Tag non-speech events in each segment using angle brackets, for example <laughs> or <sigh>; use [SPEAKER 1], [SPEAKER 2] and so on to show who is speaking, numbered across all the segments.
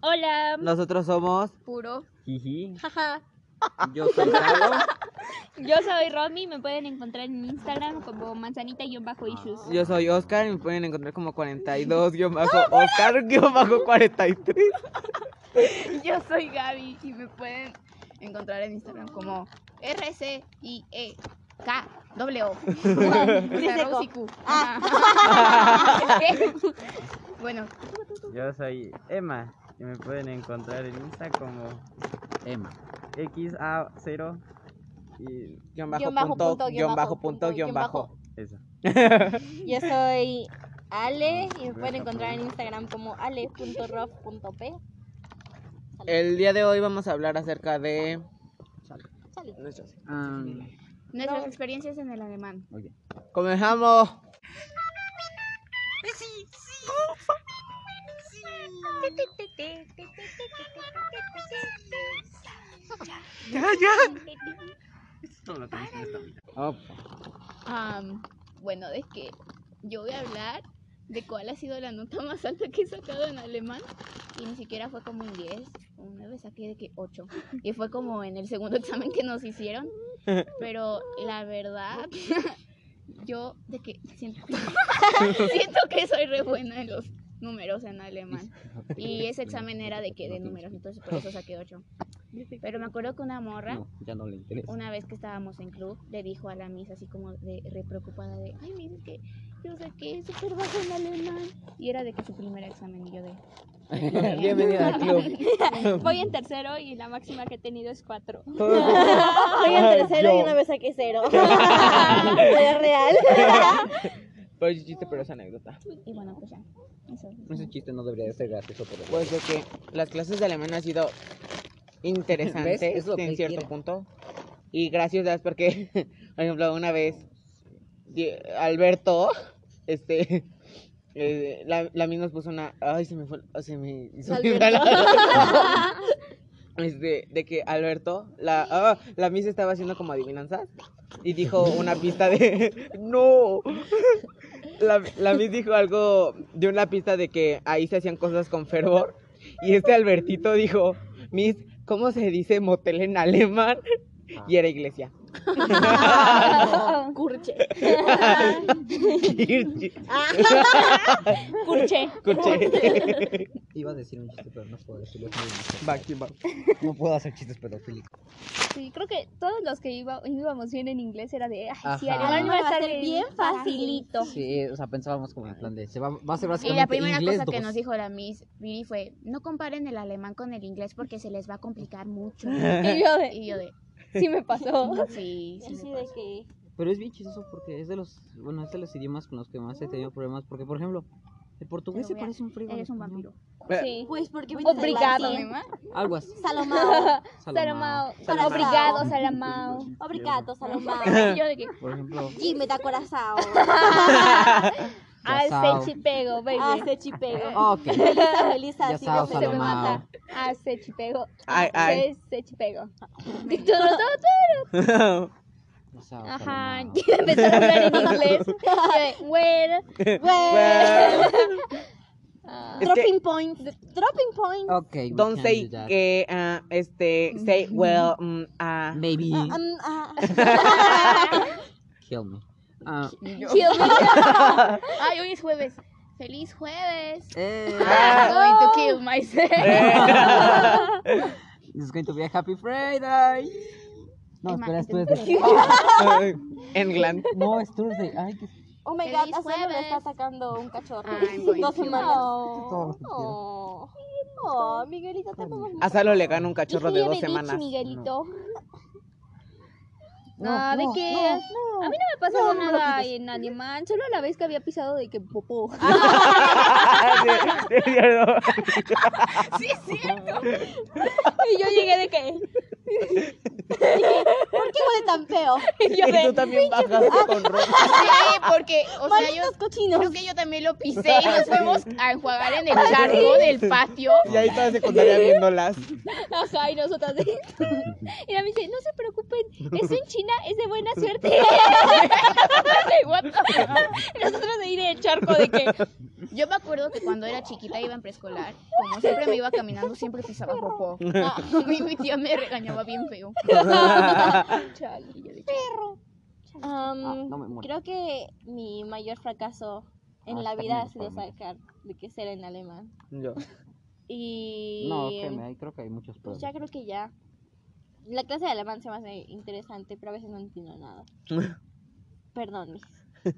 [SPEAKER 1] Hola.
[SPEAKER 2] Nosotros somos
[SPEAKER 1] Puro.
[SPEAKER 2] Jiji.
[SPEAKER 1] Jaja.
[SPEAKER 2] <laughs> Yo soy Caro.
[SPEAKER 1] Yo soy Romy. Me pueden encontrar en Instagram como manzanita-issues.
[SPEAKER 2] Yo soy Oscar y me pueden encontrar como 42 guión bajo Oscar guión bajo 43.
[SPEAKER 3] <laughs> Yo soy Gaby y me pueden encontrar en Instagram como R C I E K
[SPEAKER 1] <laughs>
[SPEAKER 3] W.
[SPEAKER 1] Ah.
[SPEAKER 3] <laughs> Bueno,
[SPEAKER 4] Yo soy Emma y me pueden encontrar en Insta como
[SPEAKER 2] Emma.
[SPEAKER 4] XA0 y
[SPEAKER 2] Guión bajo, punto, guión bajo punto guión bajo.
[SPEAKER 4] eso.
[SPEAKER 5] Yo soy Ale y me pueden encontrar en Instagram como ale.rof.p.
[SPEAKER 2] El día de hoy vamos a hablar acerca de
[SPEAKER 4] Um,
[SPEAKER 3] nuestras experiencias en el alemán.
[SPEAKER 2] Comenzamos.
[SPEAKER 4] esto lo tenemos que estar.
[SPEAKER 2] <laughs> Oh,
[SPEAKER 3] Am, bueno, es que yo voy a hablar de cuál ha sido la nota <laughs> más alta que he sacado en alemán y ni siquiera fue como un 10, un 9, saqué de que 8 y fue como en el segundo <laughs> examen que nos hicieron, pero la verdad <laughs> yo de que siento, siento que soy re buena en los números en alemán y ese examen era de que de números, entonces por eso saqué 8. Pero me acuerdo que una morra
[SPEAKER 4] ya no le interesa.
[SPEAKER 3] una vez que estábamos en club, le dijo a la misa así como de re preocupada de, ay, mira es que yo saqué súper bajo en alemán. Y era de que su primer examen y yo de...
[SPEAKER 2] bienvenida
[SPEAKER 4] <laughs>
[SPEAKER 2] al club.
[SPEAKER 1] Voy en tercero y la máxima que he tenido es cuatro.
[SPEAKER 5] Soy el tercero y una vez saqué cero. <laughs> Era real.
[SPEAKER 2] Pero es chiste, pero es anécdota.
[SPEAKER 3] <laughs> Y bueno, pues ya. Eso.
[SPEAKER 4] Ese chiste no debería de ser gracioso por el
[SPEAKER 2] Pues de que las clases de alemán han sido interesantes
[SPEAKER 6] ¿Ves? Es lo
[SPEAKER 2] en
[SPEAKER 6] que
[SPEAKER 2] cierto
[SPEAKER 6] quiere.
[SPEAKER 2] punto. Y gracias porque, <laughs> por ejemplo, una vez di- Alberto, <laughs> este, <laughs> eh, la, la misma nos puso una, ay, se me fue, se me hizo vibrar la- <laughs> Este, de que Alberto, la, ah, la misa estaba haciendo como adivinanzas y dijo una pista de, <laughs> no, la, la Miss dijo algo de una pista de que ahí se hacían cosas con fervor. Y este Albertito dijo, Miss, ¿cómo se dice motel en alemán? Y era iglesia.
[SPEAKER 5] <laughs> Curche.
[SPEAKER 2] Kirche.
[SPEAKER 1] Curche.
[SPEAKER 2] Escuché.
[SPEAKER 6] Iba a decir un chiste, pero no puedo decirlo. es muy inocente.
[SPEAKER 2] Va, ¿quién va?
[SPEAKER 6] <laughs> No puedo hacer chistes pedofílicos.
[SPEAKER 1] Sí, creo que todos los que iba- íbamos bien en inglés era de, ay, sí,
[SPEAKER 6] Ajá.
[SPEAKER 1] alemán me va a
[SPEAKER 5] ser
[SPEAKER 1] estar
[SPEAKER 5] bien facilito.
[SPEAKER 6] Sí, o sea, pensábamos como en plan de. Se va, va a ser
[SPEAKER 3] Y
[SPEAKER 6] básicamente.
[SPEAKER 3] la primera
[SPEAKER 6] inglés
[SPEAKER 3] cosa que
[SPEAKER 6] dos.
[SPEAKER 3] nos dijo la Miss Viri fue, no comparen el alemán con el inglés porque se les va a complicar mucho. y
[SPEAKER 1] yo de-
[SPEAKER 3] yo
[SPEAKER 5] <laughs>
[SPEAKER 3] de...
[SPEAKER 1] <laughs> Sí
[SPEAKER 3] <laughs>
[SPEAKER 1] me pasó.
[SPEAKER 3] Sí, sí.
[SPEAKER 5] Así de que.
[SPEAKER 6] Pero es bien chistoso porque es de los. Bueno, es de los idiomas con los que más he tenido problemas. Porque, por ejemplo, el portugués
[SPEAKER 3] Pero
[SPEAKER 6] se
[SPEAKER 3] vea,
[SPEAKER 6] parece un frío. al
[SPEAKER 3] Eres un
[SPEAKER 6] español.
[SPEAKER 3] vampiro.
[SPEAKER 1] Sí.
[SPEAKER 5] Pues porque me
[SPEAKER 1] Obrigado.
[SPEAKER 6] Algo
[SPEAKER 3] <laughs>
[SPEAKER 6] así.
[SPEAKER 5] Salomao. <laughs>
[SPEAKER 6] Salomao.
[SPEAKER 1] Salamao. Obrigado,
[SPEAKER 2] <laughs>
[SPEAKER 1] Salamao.
[SPEAKER 5] Obrigado, Salomao.
[SPEAKER 1] <laughs>
[SPEAKER 3] Y yo de que...
[SPEAKER 6] Por
[SPEAKER 3] <laughs>
[SPEAKER 6] ejemplo.
[SPEAKER 5] Jimmy da corazao.
[SPEAKER 1] Al
[SPEAKER 6] Yasao.
[SPEAKER 1] pego,
[SPEAKER 3] Ah,
[SPEAKER 1] baby.
[SPEAKER 5] Hace chipego.
[SPEAKER 6] Ok.
[SPEAKER 5] Elisa, Elisa,
[SPEAKER 6] Ya
[SPEAKER 5] sí,
[SPEAKER 6] sao,
[SPEAKER 5] no se me
[SPEAKER 1] Salomao.
[SPEAKER 5] mata.
[SPEAKER 1] Ah, se chipego.
[SPEAKER 2] Ay, ay.
[SPEAKER 1] Se- Se chipego. Todo, todo,
[SPEAKER 6] Ya sao,
[SPEAKER 1] Ajá,
[SPEAKER 6] Salomao.
[SPEAKER 1] y empezar a hablar en inglés. Yo de, Well,
[SPEAKER 2] <laughs> Well,
[SPEAKER 1] ah,
[SPEAKER 2] es que
[SPEAKER 5] Dropping point. Dropping point.
[SPEAKER 6] <laughs> Ok. we
[SPEAKER 2] don't
[SPEAKER 6] can
[SPEAKER 2] say
[SPEAKER 6] do that.
[SPEAKER 2] que, ah, este, say well, mm, ah.
[SPEAKER 3] <laughs>
[SPEAKER 6] Maybe.
[SPEAKER 5] Um, ah.
[SPEAKER 6] Kill me. <laughs> Ah,
[SPEAKER 1] kill me.
[SPEAKER 3] Ay, hoy es jueves. ¡Feliz jueves!
[SPEAKER 6] eh,
[SPEAKER 1] Ah.
[SPEAKER 3] I'm going to kill myself.
[SPEAKER 6] this is going to be a happy Friday. No,
[SPEAKER 3] Emma,
[SPEAKER 6] espera, Oh, esto es
[SPEAKER 3] intenta-
[SPEAKER 6] de-
[SPEAKER 2] England.
[SPEAKER 6] No, es Thursday. Ay, que
[SPEAKER 5] Oh my god,
[SPEAKER 3] Feliz
[SPEAKER 5] a Sam
[SPEAKER 3] jueves.
[SPEAKER 5] le está atacando un cachorro.
[SPEAKER 3] Ay, voy.
[SPEAKER 5] Dos semanas.
[SPEAKER 6] todo lo que quiero.
[SPEAKER 5] Oh, oh, Miguelito, te pongo
[SPEAKER 2] A Salo le gana un cachorro de
[SPEAKER 1] Yo me
[SPEAKER 2] dos
[SPEAKER 1] dije,
[SPEAKER 2] semanas.
[SPEAKER 1] Miguelito.
[SPEAKER 6] No,
[SPEAKER 1] ah, de
[SPEAKER 6] no,
[SPEAKER 1] que
[SPEAKER 5] no.
[SPEAKER 1] a mí no me pasó nada en alemán, solo la vez que había pisado de que popó.
[SPEAKER 2] Sí, sí, no.
[SPEAKER 1] Y yo llegué de que
[SPEAKER 5] ¿Por qué huele tan feo?
[SPEAKER 1] y yo
[SPEAKER 2] <laughs> Y tú
[SPEAKER 1] de,
[SPEAKER 2] también bajaste con ropa.
[SPEAKER 3] <laughs> Sí, porque, o sea, yo...
[SPEAKER 5] Malditos cochinos. Ah,
[SPEAKER 3] Creo que yo también lo pisé y nos fuimos a enjuagar en el charco del patio.
[SPEAKER 2] Y ahí toda
[SPEAKER 3] <laughs>
[SPEAKER 2] secundaria viéndolas.
[SPEAKER 1] ajá, y nosotras de Y la me dice, no se preocupen, eso en China es de buena suerte. <laughs>
[SPEAKER 3] Ay, what the-
[SPEAKER 1] Y Nosotros de ir el charco de que
[SPEAKER 3] Yo me acuerdo que cuando era chiquita iba en preescolar, como siempre me iba caminando, siempre pisaba popó. <laughs> A mí mi tía me regañaba bien feo. Chale, y yo de chale.
[SPEAKER 5] Am,
[SPEAKER 6] Ah, no me muero.
[SPEAKER 5] creo que mi mayor fracaso en
[SPEAKER 6] Ah,
[SPEAKER 5] la
[SPEAKER 6] está
[SPEAKER 5] vida
[SPEAKER 6] bien,
[SPEAKER 5] ha sido
[SPEAKER 6] por mí.
[SPEAKER 5] sacar de que ser en alemán.
[SPEAKER 2] Yo.
[SPEAKER 5] Y
[SPEAKER 6] No, créeme, ahí creo que hay muchos
[SPEAKER 5] pues
[SPEAKER 6] problemas.
[SPEAKER 5] ya creo que ya. La clase de alemán se me hace interesante, pero a veces no entiendo nada. Perdón,
[SPEAKER 6] <laughs>
[SPEAKER 5] mis.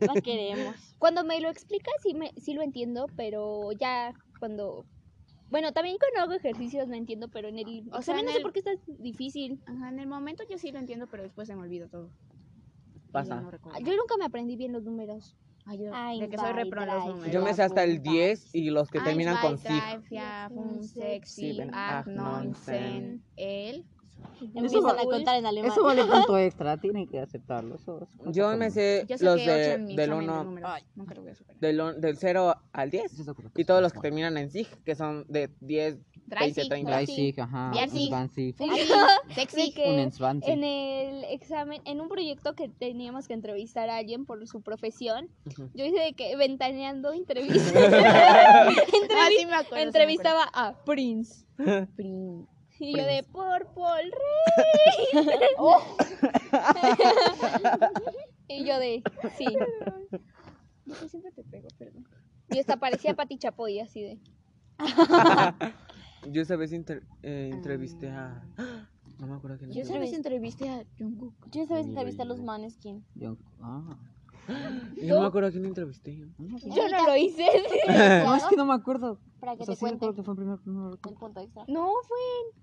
[SPEAKER 5] La queremos.
[SPEAKER 1] Cuando me lo explicas sí, me, sí lo entiendo, pero ya cuando... Bueno, también cuando hago ejercicios no entiendo, pero en el...
[SPEAKER 3] O
[SPEAKER 1] O
[SPEAKER 3] sea,
[SPEAKER 1] sea,
[SPEAKER 3] en
[SPEAKER 1] no sé
[SPEAKER 3] el-
[SPEAKER 1] por qué está difícil.
[SPEAKER 3] Ajá, en el momento yo sí lo entiendo, pero después se me olvida todo. Y
[SPEAKER 2] Pasa.
[SPEAKER 3] ya no recuerdo.
[SPEAKER 1] Ah, Yo nunca me aprendí bien los números.
[SPEAKER 3] Ay, yo-
[SPEAKER 5] Ay,
[SPEAKER 3] de que soy
[SPEAKER 5] bye,
[SPEAKER 3] repro en los
[SPEAKER 5] bye.
[SPEAKER 3] números.
[SPEAKER 2] Yo me sé hasta el
[SPEAKER 5] Punta.
[SPEAKER 2] 10 y los que terminan con sí. ah,
[SPEAKER 3] sexy,
[SPEAKER 2] Sieben,
[SPEAKER 3] ag,
[SPEAKER 2] ag,
[SPEAKER 3] nonsen, el.
[SPEAKER 5] Empiezan a contar en alemán.
[SPEAKER 6] Eso vale punto extra, tienen que aceptarlo. Eso, eso
[SPEAKER 2] Yo
[SPEAKER 6] está
[SPEAKER 2] me
[SPEAKER 6] bien.
[SPEAKER 2] sé
[SPEAKER 3] Yo
[SPEAKER 2] los
[SPEAKER 3] saqué ocho
[SPEAKER 2] de,
[SPEAKER 3] en mi
[SPEAKER 2] del
[SPEAKER 3] examen de
[SPEAKER 2] 1
[SPEAKER 3] números. Nunca lo voy a superar.
[SPEAKER 2] del, on- del 0 al 10
[SPEAKER 6] Eso es otra
[SPEAKER 2] y todos los que
[SPEAKER 6] cosa.
[SPEAKER 2] terminan en sig que son de 10, 20,
[SPEAKER 3] Dreisig,
[SPEAKER 2] 30.
[SPEAKER 6] Ay, sí, ajá.
[SPEAKER 3] Bien,
[SPEAKER 6] un
[SPEAKER 3] sí.
[SPEAKER 6] Swansea,
[SPEAKER 1] De
[SPEAKER 3] Sexy.
[SPEAKER 1] que
[SPEAKER 6] Un ensvance.
[SPEAKER 1] en el examen, en un proyecto que teníamos que entrevistar a alguien por su profesión,
[SPEAKER 2] Ujú.
[SPEAKER 1] yo hice de que <laughs> ventaneando entrevistas.
[SPEAKER 3] Ah, sí me acuerdo, sí me
[SPEAKER 1] entrevistaba a Prince.
[SPEAKER 3] acuerdo. Prin-
[SPEAKER 1] Y yo de por Paul Oh. y yo de sí.
[SPEAKER 3] Yo siempre te pego, perdón.
[SPEAKER 1] Y hasta parecía Pati Chapoy, así de.
[SPEAKER 2] Yo esa vez inter- eh, entrevisté a. <gasps> ¡Ah! No me acuerdo quién
[SPEAKER 3] Yo
[SPEAKER 2] era.
[SPEAKER 3] esa vez entrevisté a Jungkook.
[SPEAKER 5] Yo esa vez
[SPEAKER 6] Ni
[SPEAKER 5] entrevisté a los
[SPEAKER 6] reírme.
[SPEAKER 5] Maneskin.
[SPEAKER 6] Yo- ah.
[SPEAKER 2] Yo no me acuerdo a quién entrevisté.
[SPEAKER 1] Yo no lo hice.
[SPEAKER 6] No, es que no me acuerdo.
[SPEAKER 5] Para que
[SPEAKER 6] O sea,
[SPEAKER 5] te
[SPEAKER 6] sí me acuerdo
[SPEAKER 5] cuente
[SPEAKER 6] que fue el primer- primer-
[SPEAKER 5] el punto extra.
[SPEAKER 1] <laughs> No,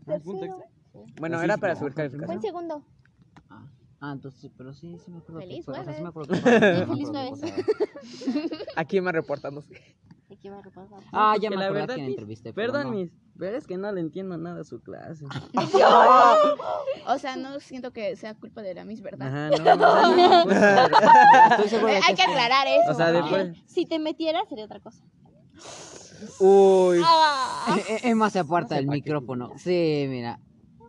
[SPEAKER 1] fue en
[SPEAKER 2] Ah, ¿punto
[SPEAKER 1] tercero.
[SPEAKER 2] Bueno,
[SPEAKER 6] Así
[SPEAKER 2] era
[SPEAKER 6] sí,
[SPEAKER 2] para
[SPEAKER 6] no,
[SPEAKER 2] subir
[SPEAKER 6] fue el primero.
[SPEAKER 1] Fue en
[SPEAKER 2] calificación.
[SPEAKER 1] segundo.
[SPEAKER 6] Ah, ah, entonces, sí, pero sí, sí me acuerdo. que
[SPEAKER 3] Feliz
[SPEAKER 6] fue, o sea, sí me
[SPEAKER 3] jueves.
[SPEAKER 6] acuerdo. que fue, pero no me
[SPEAKER 5] Feliz
[SPEAKER 6] acuerdo
[SPEAKER 5] jueves.
[SPEAKER 6] qué pasaba.
[SPEAKER 2] Aquí me reportamos.
[SPEAKER 5] ¿De qué va a repasar?
[SPEAKER 6] Ah,
[SPEAKER 4] porque
[SPEAKER 2] <laughs>
[SPEAKER 6] ya me
[SPEAKER 4] la
[SPEAKER 6] acordé a
[SPEAKER 4] verdad,
[SPEAKER 6] quién
[SPEAKER 4] mis-
[SPEAKER 6] entrevisté. pero
[SPEAKER 4] Perdón,
[SPEAKER 6] no. Ah,
[SPEAKER 4] mis. Pero es que no le entiendo nada a su clase.
[SPEAKER 3] O sea, no siento que sea culpa de la Miss, ¿verdad?
[SPEAKER 4] Ajá, no. o sea, no, pues,
[SPEAKER 6] Estoy seguro de
[SPEAKER 3] Eh, Hay que aclarar eso.
[SPEAKER 4] o sea,
[SPEAKER 6] de-
[SPEAKER 4] después.
[SPEAKER 5] Si te metiera sería otra cosa.
[SPEAKER 2] Uy.
[SPEAKER 6] Eh, eh, Emma se aparta del micrófono. Sí, mira.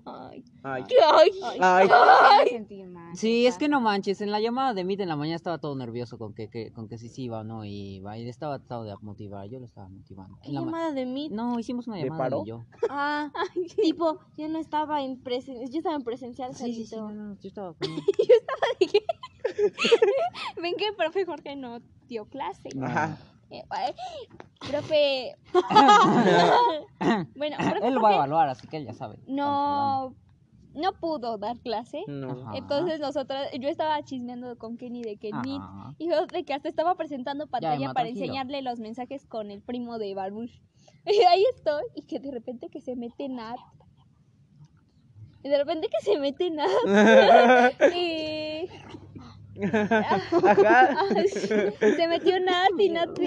[SPEAKER 5] Ay.
[SPEAKER 2] Ay.
[SPEAKER 5] Ay.
[SPEAKER 2] Ay.
[SPEAKER 3] Ya me sentí mal.
[SPEAKER 6] Sí, es que no manches. En la llamada de Meet en la mañana estaba todo nervioso con que, que- con que sí, sí iba o no iba. Y estaba tratado de motivar. Yo lo estaba motivando.
[SPEAKER 5] ¿Qué
[SPEAKER 6] En la ma-
[SPEAKER 5] llamada de mí?
[SPEAKER 6] No, hicimos una
[SPEAKER 2] ¿Le
[SPEAKER 6] llamada. él
[SPEAKER 2] paró?
[SPEAKER 6] y yo. <laughs>
[SPEAKER 5] Ah, tipo, yo no estaba en presencial, yo estaba en presencial,
[SPEAKER 6] Sí, sí, sí.
[SPEAKER 5] solito.
[SPEAKER 6] no, no, yo estaba con él.
[SPEAKER 1] Ven que el profe Jorge no dio clase.
[SPEAKER 2] <laughs> Ajá.
[SPEAKER 1] Eh, ay, profe.
[SPEAKER 6] <laughs>
[SPEAKER 1] bueno, profe
[SPEAKER 6] Ah, Él lo va a
[SPEAKER 1] Jorge
[SPEAKER 6] evaluar, así que él ya sabe.
[SPEAKER 1] no, no pudo dar clase.
[SPEAKER 2] No.
[SPEAKER 6] Ajá.
[SPEAKER 1] Entonces nosotras, yo estaba chismeando con Kenny de que Meet
[SPEAKER 6] Ajá.
[SPEAKER 1] Y yo de que hasta estaba presentando pantalla
[SPEAKER 6] Emma,
[SPEAKER 1] para
[SPEAKER 6] tranquilo.
[SPEAKER 1] enseñarle los mensajes con el primo de Baruch. <laughs> Y ahí estoy, y que de repente que se mete Nat. Y de repente que se mete Nat. <laughs> y...
[SPEAKER 2] Ajá.
[SPEAKER 1] Ay, se metió Nat y Nat de...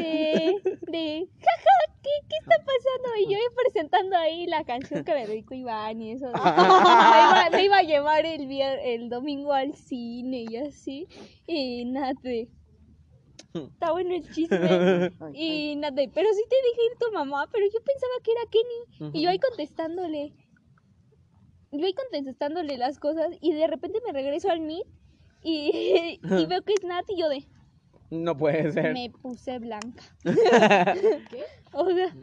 [SPEAKER 1] de jaja, ¿qué, ¿qué está pasando? Y yo iba presentando ahí la canción que me dedicó Iván y eso. de- me, iba, me iba a llevar el, vier- el domingo al cine y así. Y Nat de... Está bueno el chisme. Y Nat de... Pero sí te dije ir tu mamá, pero yo pensaba que era Kenny. Y yo ahí contestándole. Yo ahí contestándole las cosas y de repente me regreso al Meet y, <laughs> y veo que es Nat y yo de...
[SPEAKER 2] No puede ser.
[SPEAKER 1] Me puse blanca. O sea,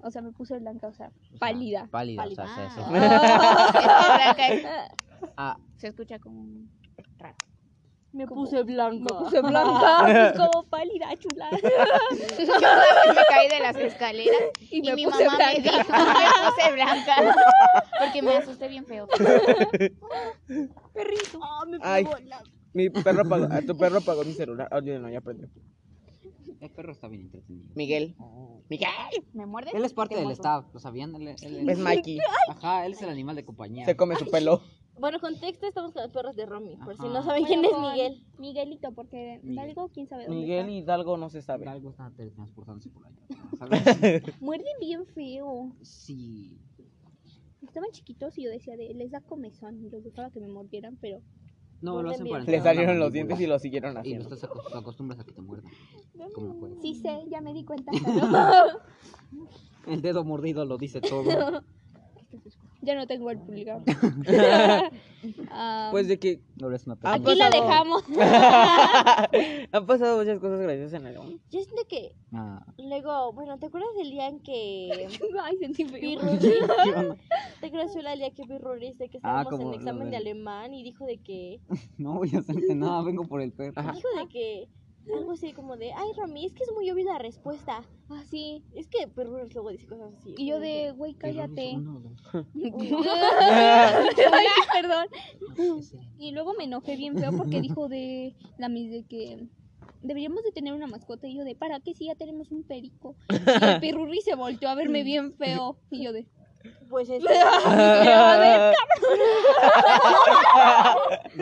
[SPEAKER 1] o sea, me puse blanca, o sea, pálida.
[SPEAKER 6] Pálida, o sea,
[SPEAKER 3] Ah,
[SPEAKER 6] se- se-
[SPEAKER 3] <laughs> ahora que-
[SPEAKER 6] <laughs> Ah,
[SPEAKER 3] Se escucha como un rato.
[SPEAKER 5] Me puse blanco.
[SPEAKER 1] Me puse blanca, pues como pálida, chula.
[SPEAKER 3] Yo una vez me caí de las escaleras y,
[SPEAKER 1] <laughs> Y me
[SPEAKER 3] mi mamá
[SPEAKER 1] puse
[SPEAKER 3] me
[SPEAKER 1] blanca.
[SPEAKER 3] dijo <laughs> me puse
[SPEAKER 1] <laughs>
[SPEAKER 3] blanca porque me asusté bien feo.
[SPEAKER 2] Ay. Mi perro apagó, a tu perro apagó mi celular. Ah, ya no, ya aprendió.
[SPEAKER 6] el perro está bien entretenido.
[SPEAKER 2] Miguel. Miguel.
[SPEAKER 3] ¿Me muerdes?
[SPEAKER 6] Él es parte
[SPEAKER 3] Te
[SPEAKER 6] del
[SPEAKER 3] muerdo.
[SPEAKER 6] staff, ¿lo sabían? Él, él-
[SPEAKER 2] Es Mikey.
[SPEAKER 6] Ajá, él es el animal de compañía.
[SPEAKER 2] Se come su pelo.
[SPEAKER 5] Bueno, contexto, estamos con los perros de Romy, por si
[SPEAKER 6] Ajá.
[SPEAKER 5] no saben
[SPEAKER 1] Bueno,
[SPEAKER 5] quién es
[SPEAKER 1] con
[SPEAKER 5] Miguel.
[SPEAKER 1] Miguelito, porque
[SPEAKER 6] Miguel.
[SPEAKER 1] algo, quién sabe dónde
[SPEAKER 2] Miguel Hidalgo no se sabe.
[SPEAKER 6] Algo está teletransportándose por allá.
[SPEAKER 2] <laughs>
[SPEAKER 6] ¿sabes?
[SPEAKER 1] está. Muerden bien feo.
[SPEAKER 6] Sí.
[SPEAKER 1] Estaban chiquitos y yo decía, de, les da comezón. Y los dejaba que me mordieran, pero...
[SPEAKER 6] No, lo hacen para
[SPEAKER 2] Le
[SPEAKER 6] entrenar
[SPEAKER 2] salieron
[SPEAKER 6] la
[SPEAKER 2] los dientes y
[SPEAKER 6] mandíbula.
[SPEAKER 2] lo siguieron
[SPEAKER 6] Y lo
[SPEAKER 2] haciendo.
[SPEAKER 6] estás acos- lo acostumbras a que te muerdan. Como la cuerda.
[SPEAKER 1] Sí sé, ya me di cuenta.
[SPEAKER 6] El dedo mordido lo dice todo.
[SPEAKER 1] Yo <laughs> Ya no tengo el pulgar. <laughs> Ah,
[SPEAKER 2] Pues de que
[SPEAKER 6] Ahora es una
[SPEAKER 2] Ah,
[SPEAKER 1] aquí
[SPEAKER 6] persona.
[SPEAKER 1] la
[SPEAKER 2] pasado.
[SPEAKER 1] dejamos.
[SPEAKER 2] han pasado muchas cosas graciosas en el
[SPEAKER 5] <laughs>
[SPEAKER 2] mundo.
[SPEAKER 5] Yo siento que
[SPEAKER 6] Ah,
[SPEAKER 5] luego, bueno, ¿te acuerdas del día en
[SPEAKER 6] <laughs>
[SPEAKER 5] que
[SPEAKER 1] <laughs> Ay, sentí feo.
[SPEAKER 5] Pirruris? ¿Te acuerdas Yola, el día que Pirruris de que
[SPEAKER 6] Ah,
[SPEAKER 5] estábamos
[SPEAKER 6] como
[SPEAKER 5] en
[SPEAKER 6] lo
[SPEAKER 5] examen de
[SPEAKER 6] del-
[SPEAKER 5] alemán y dijo de que
[SPEAKER 6] no voy a
[SPEAKER 1] <laughs>
[SPEAKER 6] hacerte nada, vengo por el perro.
[SPEAKER 2] Ajá.
[SPEAKER 5] dijo de que algo así como de, "Ay, Rami, es que es muy obvia la respuesta."
[SPEAKER 1] Ah, sí.
[SPEAKER 5] Es que Pirruris luego dice cosas así.
[SPEAKER 1] Y yo de, güey, cállate.
[SPEAKER 6] Uno, dos,
[SPEAKER 1] Ay, perdón.
[SPEAKER 6] tres, ese.
[SPEAKER 1] Y luego me enojé bien feo porque dijo de la mis de que deberíamos de tener una mascota y yo de para qué si ya tenemos un perico. Y el pirurri se volteó a verme bien feo y yo de
[SPEAKER 5] Pues <laughs> es
[SPEAKER 6] <laughs>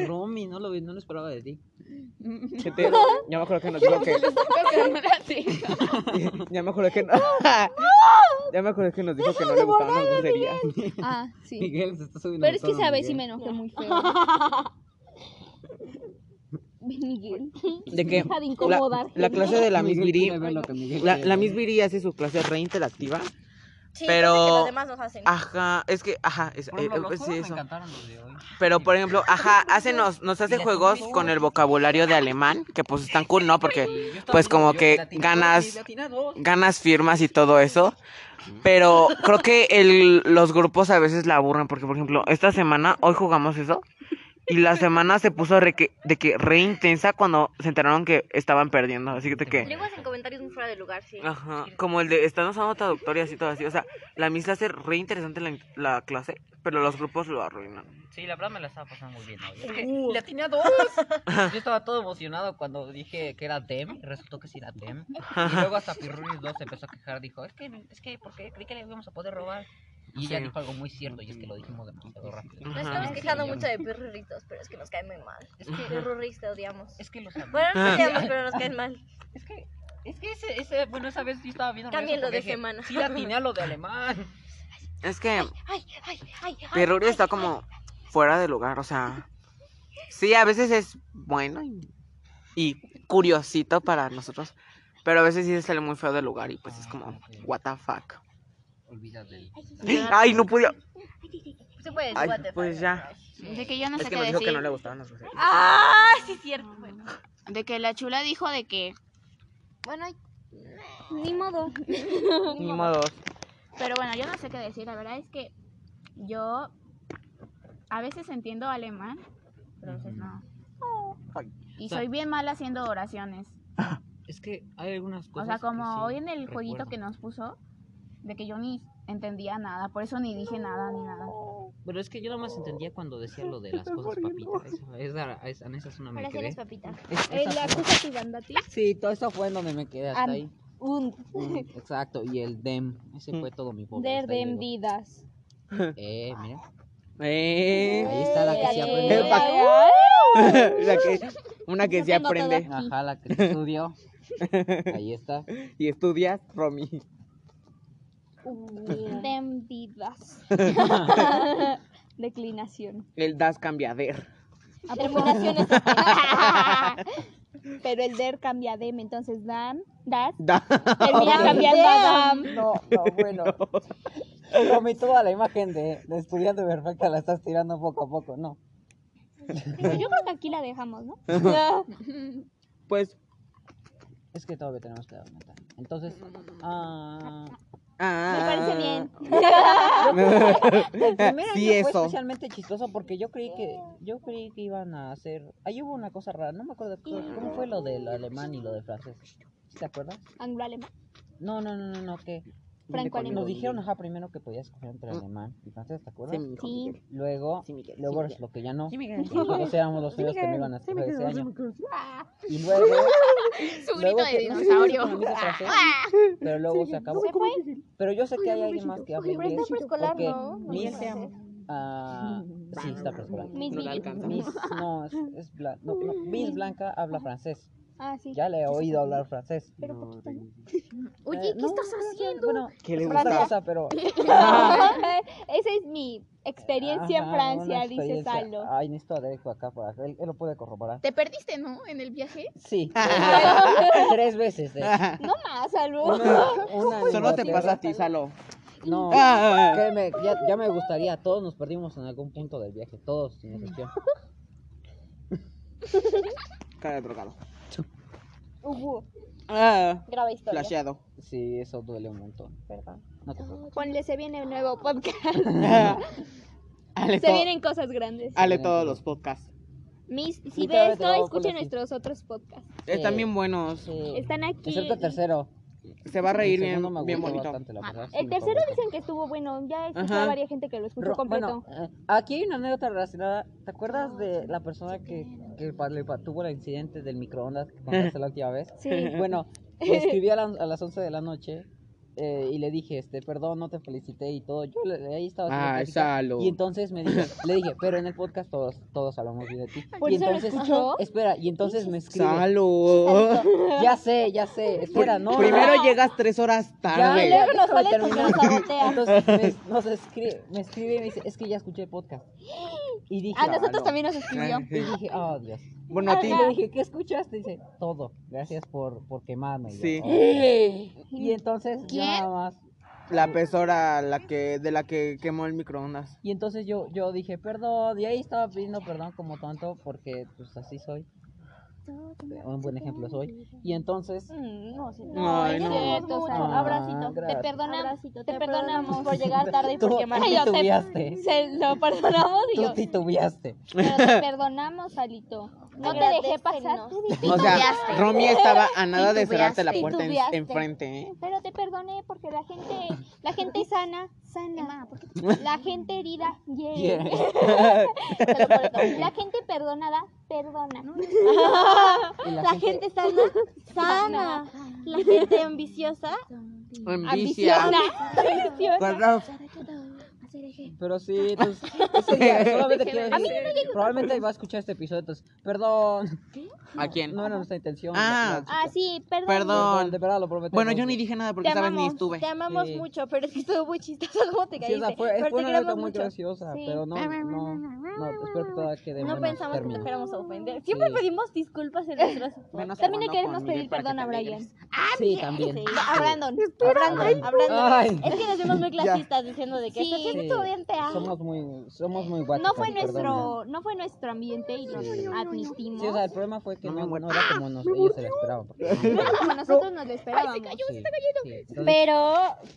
[SPEAKER 6] Romy, no lo vi, no lo esperaba de ti.
[SPEAKER 2] Que te- ya me acuerdo que nos dijo que. <laughs> ya me acuerdo que no. ya me acuerdo que nos dijo que no le gustaban las groserías.
[SPEAKER 1] ah, sí.
[SPEAKER 6] Miguel se está subiendo.
[SPEAKER 1] Pero es que
[SPEAKER 6] todo,
[SPEAKER 1] sabes si me
[SPEAKER 6] Miguel.
[SPEAKER 1] enojé muy feo. Miguel.
[SPEAKER 2] De que
[SPEAKER 1] Deja de
[SPEAKER 2] la,
[SPEAKER 1] incomodar,
[SPEAKER 2] la clase de la Miss
[SPEAKER 6] Miguel
[SPEAKER 2] Viri.
[SPEAKER 6] quiere ver lo que Miguel
[SPEAKER 2] La,
[SPEAKER 6] quiere
[SPEAKER 2] la
[SPEAKER 6] ver.
[SPEAKER 2] Miss Viri hace su clase reinteractiva.
[SPEAKER 5] Sí,
[SPEAKER 2] Pero-
[SPEAKER 5] cosa que los demás nos hacen.
[SPEAKER 2] Ajá, es que, ajá, es,
[SPEAKER 6] Por ejemplo,
[SPEAKER 2] eh,
[SPEAKER 6] los
[SPEAKER 2] pues sí,
[SPEAKER 6] juegos me
[SPEAKER 2] eso.
[SPEAKER 6] encantaron los de hoy.
[SPEAKER 2] Pero por ejemplo, ajá, hace nos, nos hace
[SPEAKER 6] las
[SPEAKER 2] juegos
[SPEAKER 6] mujeres.
[SPEAKER 2] con el vocabulario de alemán, que pues están cool, ¿no? Porque
[SPEAKER 6] Yo estaba
[SPEAKER 2] pues
[SPEAKER 6] viendo
[SPEAKER 2] como
[SPEAKER 6] yo,
[SPEAKER 2] que
[SPEAKER 6] latina dos,
[SPEAKER 2] ganas,
[SPEAKER 6] latina dos.
[SPEAKER 2] ganas firmas y todo eso. Pero creo que el, los grupos a veces la aburren, porque por ejemplo, esta semana, hoy jugamos eso, y la semana se puso re que- de que re intensa cuando se enteraron que estaban perdiendo. Así que, de que
[SPEAKER 5] Lenguas en comentarios muy fuera de lugar, sí.
[SPEAKER 2] ajá, como el de están usando traductorias y todo así. O sea, la misma hace re interesante la, la clase, pero los grupos lo arruinan.
[SPEAKER 6] Sí, la verdad me la estaba pasando muy bien hoy. Es que le atiné <laughs> a dos. Yo estaba todo emocionado cuando dije que era Dem, y resultó que sí era Dem. Y luego hasta Pirruris 2 se empezó a quejar, dijo, es que, es que, ¿por qué? Creí que le íbamos a poder robar. Y ella
[SPEAKER 2] Sí.
[SPEAKER 6] dijo algo muy cierto, y es que lo dijimos demasiado rápido.
[SPEAKER 5] Nos
[SPEAKER 2] Ajá.
[SPEAKER 5] estamos quejando
[SPEAKER 6] Sí,
[SPEAKER 5] mucho de perruritos, pero es que nos caen muy mal. Es que perruritos te odiamos.
[SPEAKER 6] Es que los Ah. amé.
[SPEAKER 5] Bueno, no nos odiamos, pero nos caen
[SPEAKER 6] <laughs>
[SPEAKER 5] mal.
[SPEAKER 6] Es que, es que ese, ese, bueno, esa vez yo estaba viendo...
[SPEAKER 5] Cámbienlo
[SPEAKER 6] eso porque
[SPEAKER 5] de
[SPEAKER 6] dije,
[SPEAKER 5] semana.
[SPEAKER 6] Sí, le atiné a lo de alemán.
[SPEAKER 2] Es que...
[SPEAKER 5] Ay, ay, ay, ay.
[SPEAKER 2] Pero está como fuera de lugar, o sea. Sí, a veces es bueno y, y curiosito para nosotros, pero a veces sí se sale muy feo del lugar y pues es como, what the fuck.
[SPEAKER 6] Olvídate.
[SPEAKER 2] Ay, no podía.
[SPEAKER 5] Se puede,
[SPEAKER 2] Ay,
[SPEAKER 5] what the
[SPEAKER 2] pues
[SPEAKER 5] fuck.
[SPEAKER 2] ya.
[SPEAKER 3] De que yo no
[SPEAKER 2] Es
[SPEAKER 3] sé
[SPEAKER 2] que
[SPEAKER 3] qué
[SPEAKER 2] nos dijo que no
[SPEAKER 3] decir.
[SPEAKER 2] le gustaban las groserías.
[SPEAKER 5] Ah, sí es cierto. Bueno.
[SPEAKER 3] De que la chula dijo de que. Bueno, ay,
[SPEAKER 1] Ni modo.
[SPEAKER 2] Ni modo.
[SPEAKER 3] pero bueno, yo no sé qué decir. La verdad es que yo a veces entiendo alemán, pero a veces no. Y soy bien mala haciendo oraciones.
[SPEAKER 6] Es que hay algunas
[SPEAKER 3] O
[SPEAKER 6] cosas...
[SPEAKER 3] sea, como
[SPEAKER 6] que sí
[SPEAKER 3] hoy en el jueguito
[SPEAKER 6] recuerdo.
[SPEAKER 3] que nos puso, de que yo ni entendía nada, por eso ni dije nada ni nada.
[SPEAKER 6] Pero es que yo nada más entendía cuando decía lo de las cosas papitas. Esa, esa, esa, en esa zona me
[SPEAKER 5] Ahora sí
[SPEAKER 6] quedé.
[SPEAKER 5] eres papita.
[SPEAKER 6] Es-
[SPEAKER 1] Eh,
[SPEAKER 6] esa
[SPEAKER 1] la
[SPEAKER 6] zona-
[SPEAKER 1] cosa que bandati.
[SPEAKER 6] Sí, Ah, todo eso fue en donde me quedé hasta
[SPEAKER 1] Am-
[SPEAKER 6] ahí.
[SPEAKER 1] Un
[SPEAKER 6] Mm, Exacto, y el dem. Ese fue todo mi pobre. hasta ahí
[SPEAKER 1] derden
[SPEAKER 6] llegó.
[SPEAKER 1] vidas.
[SPEAKER 6] Eh, mira.
[SPEAKER 2] Eh, <laughs>
[SPEAKER 6] <laughs> Ahí está la que se
[SPEAKER 1] Eh,
[SPEAKER 2] pa-
[SPEAKER 6] aprende.
[SPEAKER 1] ay,
[SPEAKER 2] la que- una que
[SPEAKER 1] Yo
[SPEAKER 2] se
[SPEAKER 1] tengo
[SPEAKER 2] aprende
[SPEAKER 6] Ajá, la que estudió. Ahí está.
[SPEAKER 2] y estudia, Romy.
[SPEAKER 1] ay, Dem
[SPEAKER 6] <laughs>
[SPEAKER 1] vidas.
[SPEAKER 2] <laughs>
[SPEAKER 1] Declinación.
[SPEAKER 2] El das cambiader. <laughs>
[SPEAKER 1] Terminación es- <laughs> Pero el der cambia dem, entonces dan, das,
[SPEAKER 2] Da-
[SPEAKER 1] termina cambiando a dam.
[SPEAKER 6] No, no, <laughs> bueno. Romy, toda la imagen de, de estudiante perfecta la estás tirando poco a poco, ¿no?
[SPEAKER 1] Digo, yo creo que aquí la dejamos, ¿no?
[SPEAKER 2] Pues,
[SPEAKER 6] Es que todavía tenemos que aumentar. Entonces, ah,
[SPEAKER 2] ah,
[SPEAKER 1] parece
[SPEAKER 2] <laughs>
[SPEAKER 1] bien.
[SPEAKER 6] El primer
[SPEAKER 2] sí,
[SPEAKER 6] año fue
[SPEAKER 2] eso.
[SPEAKER 6] especialmente chistoso porque yo creí que yo creí que iban a hacer ahí hubo una cosa rara no me acuerdo cómo cómo fue lo del alemán y lo del francés ¿Sí ¿te acuerdas?
[SPEAKER 1] Anglo alemán.
[SPEAKER 6] No no no no no que
[SPEAKER 1] Franco-alemán.
[SPEAKER 6] nos dijeron ajá primero que podías escoger entre alemán y francés ¿te acuerdas?
[SPEAKER 2] Mm. Sí, mi hijo.
[SPEAKER 1] Sí.
[SPEAKER 6] Luego
[SPEAKER 2] Sí, Miguel, sí,
[SPEAKER 6] luego
[SPEAKER 2] Miguel.
[SPEAKER 6] lo que ya no
[SPEAKER 2] Sí, Miguel.
[SPEAKER 6] y
[SPEAKER 2] <laughs>
[SPEAKER 6] nosotros éramos los primeros que no iban a escoger ese año y luego
[SPEAKER 3] Su
[SPEAKER 6] luego
[SPEAKER 3] grito de
[SPEAKER 6] que-
[SPEAKER 3] dinosaurio.
[SPEAKER 6] con ese francés, pero luego se acabó pero yo sé que hay alguien más que habla
[SPEAKER 5] Pero
[SPEAKER 6] inglés
[SPEAKER 5] está preescolar,
[SPEAKER 6] porque
[SPEAKER 5] ¿no? No
[SPEAKER 6] Miss-
[SPEAKER 5] sé.
[SPEAKER 2] <laughs>
[SPEAKER 6] Ah, sí, está preescolar.
[SPEAKER 1] Miss
[SPEAKER 2] No la
[SPEAKER 1] Miguel.
[SPEAKER 2] alcanza.
[SPEAKER 6] Miss, no, es, es blan- no, no, Miss Blanca habla francés.
[SPEAKER 1] Ah, sí.
[SPEAKER 6] Ya le he oído hablar francés. <laughs>
[SPEAKER 5] Oye,
[SPEAKER 6] Eh,
[SPEAKER 5] ¿qué
[SPEAKER 6] no,
[SPEAKER 5] estás
[SPEAKER 6] no, no,
[SPEAKER 5] haciendo?
[SPEAKER 6] Bueno,
[SPEAKER 2] ¿Qué le
[SPEAKER 6] es
[SPEAKER 2] gusta?
[SPEAKER 6] otra cosa, pero
[SPEAKER 1] Esa es mi experiencia en
[SPEAKER 6] Ajá,
[SPEAKER 1] Francia,
[SPEAKER 6] una
[SPEAKER 1] dice
[SPEAKER 6] experiencia.
[SPEAKER 1] Salo.
[SPEAKER 6] Ay, necesito a Deco acá para él, él lo puede corroborar.
[SPEAKER 3] Te perdiste, ¿no? En el viaje.
[SPEAKER 2] <laughs>
[SPEAKER 6] Sí. tres veces. tres veces, de-
[SPEAKER 1] No más, Salo.
[SPEAKER 6] una- una en
[SPEAKER 2] Solo te
[SPEAKER 6] Inglaterra,
[SPEAKER 2] pasa a ti, Salo.
[SPEAKER 6] No,
[SPEAKER 2] Ah.
[SPEAKER 6] créeme, ya, ya me gustaría. Todos nos perdimos en algún punto del viaje, todos sin
[SPEAKER 5] <laughs>
[SPEAKER 6] excepción.
[SPEAKER 2] Cara de drogado.
[SPEAKER 5] Ujú,
[SPEAKER 2] Ah,
[SPEAKER 5] graba historia.
[SPEAKER 2] flasheado.
[SPEAKER 6] Sí, eso duele un montón. No te preocupes.
[SPEAKER 1] Ponle, se viene un nuevo podcast.
[SPEAKER 2] <laughs> Ale,
[SPEAKER 1] <laughs> Se
[SPEAKER 2] to-
[SPEAKER 1] vienen cosas grandes.
[SPEAKER 6] Ah,
[SPEAKER 2] Ale todos los podcasts.
[SPEAKER 1] Mis, si ve
[SPEAKER 6] Literalmente
[SPEAKER 1] esto,
[SPEAKER 6] vamos con
[SPEAKER 1] escuchen
[SPEAKER 6] las-
[SPEAKER 1] nuestros otros podcasts.
[SPEAKER 2] Están bien buenos.
[SPEAKER 6] Sí.
[SPEAKER 1] Están aquí.
[SPEAKER 6] Excepto el tercero.
[SPEAKER 2] Se va a reír
[SPEAKER 6] El
[SPEAKER 2] bien,
[SPEAKER 6] segundo me
[SPEAKER 2] bien
[SPEAKER 6] gustó
[SPEAKER 2] bonito. <laughs>
[SPEAKER 6] bastante, la verdad, sí,
[SPEAKER 1] Ah, El
[SPEAKER 6] me
[SPEAKER 1] tercero
[SPEAKER 6] gustó.
[SPEAKER 1] dicen que estuvo bueno. Ya he escuchado
[SPEAKER 2] Ajá.
[SPEAKER 1] a varias gente que lo escuchó
[SPEAKER 6] Ro-
[SPEAKER 1] completo.
[SPEAKER 6] Bueno, eh, aquí hay una anécdota relacionada. ¿Te acuerdas de la persona que, que pa- le pa- tuvo el incidente del microondas que contaste la última vez?
[SPEAKER 1] Sí.
[SPEAKER 6] Bueno, le escribí a, la- a las 11 de la noche eh, y le dije, este, perdón, no te felicité y todo. Yo le- ahí estaba haciendo
[SPEAKER 2] Ah,
[SPEAKER 6] plática,
[SPEAKER 2] Salo.
[SPEAKER 6] Y entonces me dijo, le dije, pero en el podcast todos, todos hablamos bien de ti.
[SPEAKER 1] <laughs> ¿Por
[SPEAKER 6] y
[SPEAKER 1] eso lo
[SPEAKER 6] entonces,
[SPEAKER 1] escuchó?
[SPEAKER 6] espera, y entonces me escribe.
[SPEAKER 2] Salud.
[SPEAKER 6] Ya sé, ya sé. Espera, no.
[SPEAKER 2] Primero llegas tres horas
[SPEAKER 6] Ya,
[SPEAKER 2] tarde.
[SPEAKER 6] ya,
[SPEAKER 5] luego nos
[SPEAKER 6] déjame
[SPEAKER 5] sale con
[SPEAKER 6] terminar.
[SPEAKER 5] que nos
[SPEAKER 6] ah.
[SPEAKER 5] sabotea.
[SPEAKER 6] Entonces me, nos escribe, me escribe y me dice, es que ya escuché el podcast. Y dije, "Ah,
[SPEAKER 1] A Ah, nosotros
[SPEAKER 2] Claro.
[SPEAKER 1] también nos escribió.
[SPEAKER 6] y dije, oh Dios.
[SPEAKER 2] Bueno, a ti.
[SPEAKER 6] Y le dije, ¿qué escuchaste? Y dice, todo. Gracias por, por quemarme. Y yo,
[SPEAKER 2] Sí.
[SPEAKER 6] "Oh". Y entonces yo
[SPEAKER 3] ¿Quién?
[SPEAKER 6] nada más.
[SPEAKER 2] La pesora la que, de la que quemó el microondas.
[SPEAKER 6] Y entonces yo, yo dije, perdón. Y ahí estaba pidiendo perdón como tonto porque pues así soy. Un buen ejemplo soy. Y entonces.
[SPEAKER 5] Mm, no, sí.
[SPEAKER 2] No, Ay, no.
[SPEAKER 5] Cierto,
[SPEAKER 1] mucho.
[SPEAKER 5] Salo.
[SPEAKER 6] Ah,
[SPEAKER 5] abracito. Te
[SPEAKER 6] gracias.
[SPEAKER 5] perdonamos.
[SPEAKER 1] Abracito,
[SPEAKER 5] te, perdonamos por llegar tarde y
[SPEAKER 6] Tú,
[SPEAKER 5] por quemar.
[SPEAKER 6] tú
[SPEAKER 1] yo te-
[SPEAKER 6] titubeaste.
[SPEAKER 1] Se lo perdonamos y
[SPEAKER 6] Tú
[SPEAKER 1] yo.
[SPEAKER 6] titubeaste.
[SPEAKER 5] Pero
[SPEAKER 6] <laughs>
[SPEAKER 5] te perdonamos, Salito.
[SPEAKER 1] No te dejé pasar. tú dijiste,
[SPEAKER 2] O sea,
[SPEAKER 3] Titubeaste.
[SPEAKER 2] Romy estaba a nada de
[SPEAKER 3] Titubeaste.
[SPEAKER 2] cerrarte la puerta en-
[SPEAKER 1] Titubeaste.
[SPEAKER 2] enfrente, ¿eh?
[SPEAKER 1] Pero te perdoné porque la gente, la gente sana, sana. <laughs> La gente herida, yeah. La gente perdonada, perdona.
[SPEAKER 6] Y
[SPEAKER 5] La gente está <laughs> sana. La gente ambiciosa.
[SPEAKER 2] Ambicia. Cuadrado.
[SPEAKER 5] <laughs>
[SPEAKER 6] Pero sí, entonces, ese día, solamente quiero decir, probablemente va a escuchar este episodio, entonces, perdón,
[SPEAKER 2] ¿A quién?
[SPEAKER 6] no era nuestra intención.
[SPEAKER 2] Ah.
[SPEAKER 6] la- la
[SPEAKER 1] Ah,
[SPEAKER 6] chica.
[SPEAKER 1] sí, perdón.
[SPEAKER 2] Perdón.
[SPEAKER 6] de verdad lo prometemos.
[SPEAKER 2] Bueno, yo ni dije nada porque
[SPEAKER 5] Te
[SPEAKER 2] sabes ni
[SPEAKER 5] amamos,
[SPEAKER 2] estuve.
[SPEAKER 5] te amamos
[SPEAKER 6] Sí.
[SPEAKER 5] mucho, pero es que estuvo muy chistoso cómo te
[SPEAKER 6] Sí,
[SPEAKER 5] caíste.
[SPEAKER 6] o sea, fue,
[SPEAKER 5] pero
[SPEAKER 6] fue
[SPEAKER 5] te
[SPEAKER 6] una
[SPEAKER 5] queremos
[SPEAKER 6] nota muy
[SPEAKER 5] mucho.
[SPEAKER 6] graciosa,
[SPEAKER 5] Sí.
[SPEAKER 6] pero no, no, no, espero que toda quede en
[SPEAKER 5] No
[SPEAKER 6] buenos
[SPEAKER 5] pensamos que te
[SPEAKER 6] términos.
[SPEAKER 5] fuéramos a ofender. Siempre
[SPEAKER 6] Sí.
[SPEAKER 5] pedimos disculpas
[SPEAKER 6] Eh,
[SPEAKER 5] en nuestras
[SPEAKER 2] Menos
[SPEAKER 1] También le
[SPEAKER 2] cuando
[SPEAKER 1] queremos
[SPEAKER 2] con Miguel
[SPEAKER 1] pedir
[SPEAKER 2] para que
[SPEAKER 1] perdón
[SPEAKER 2] te
[SPEAKER 1] a Brian.
[SPEAKER 2] alegres.
[SPEAKER 6] Sí, también.
[SPEAKER 5] A Brandon, a Brandon, a Brandon.
[SPEAKER 6] Ah, Ay.
[SPEAKER 5] Es que nos vemos
[SPEAKER 6] <laughs>
[SPEAKER 5] muy clasistas diciendo de que
[SPEAKER 1] Sí.
[SPEAKER 5] estás siendo
[SPEAKER 6] Sí,
[SPEAKER 5] estudiante. ah.
[SPEAKER 6] Somos muy, somos muy guatos.
[SPEAKER 1] No fue nuestro, no fue nuestro ambiente y lo admitimos.
[SPEAKER 6] Sí, o sea, el problema fue que
[SPEAKER 2] No Ah, me
[SPEAKER 6] no,
[SPEAKER 2] muero.
[SPEAKER 6] no era como nos, ellos se la esperaban.
[SPEAKER 5] <laughs>
[SPEAKER 6] porque-
[SPEAKER 1] Como nosotros nos lo esperábamos.
[SPEAKER 6] Sí, sí, entonces,
[SPEAKER 5] Pero,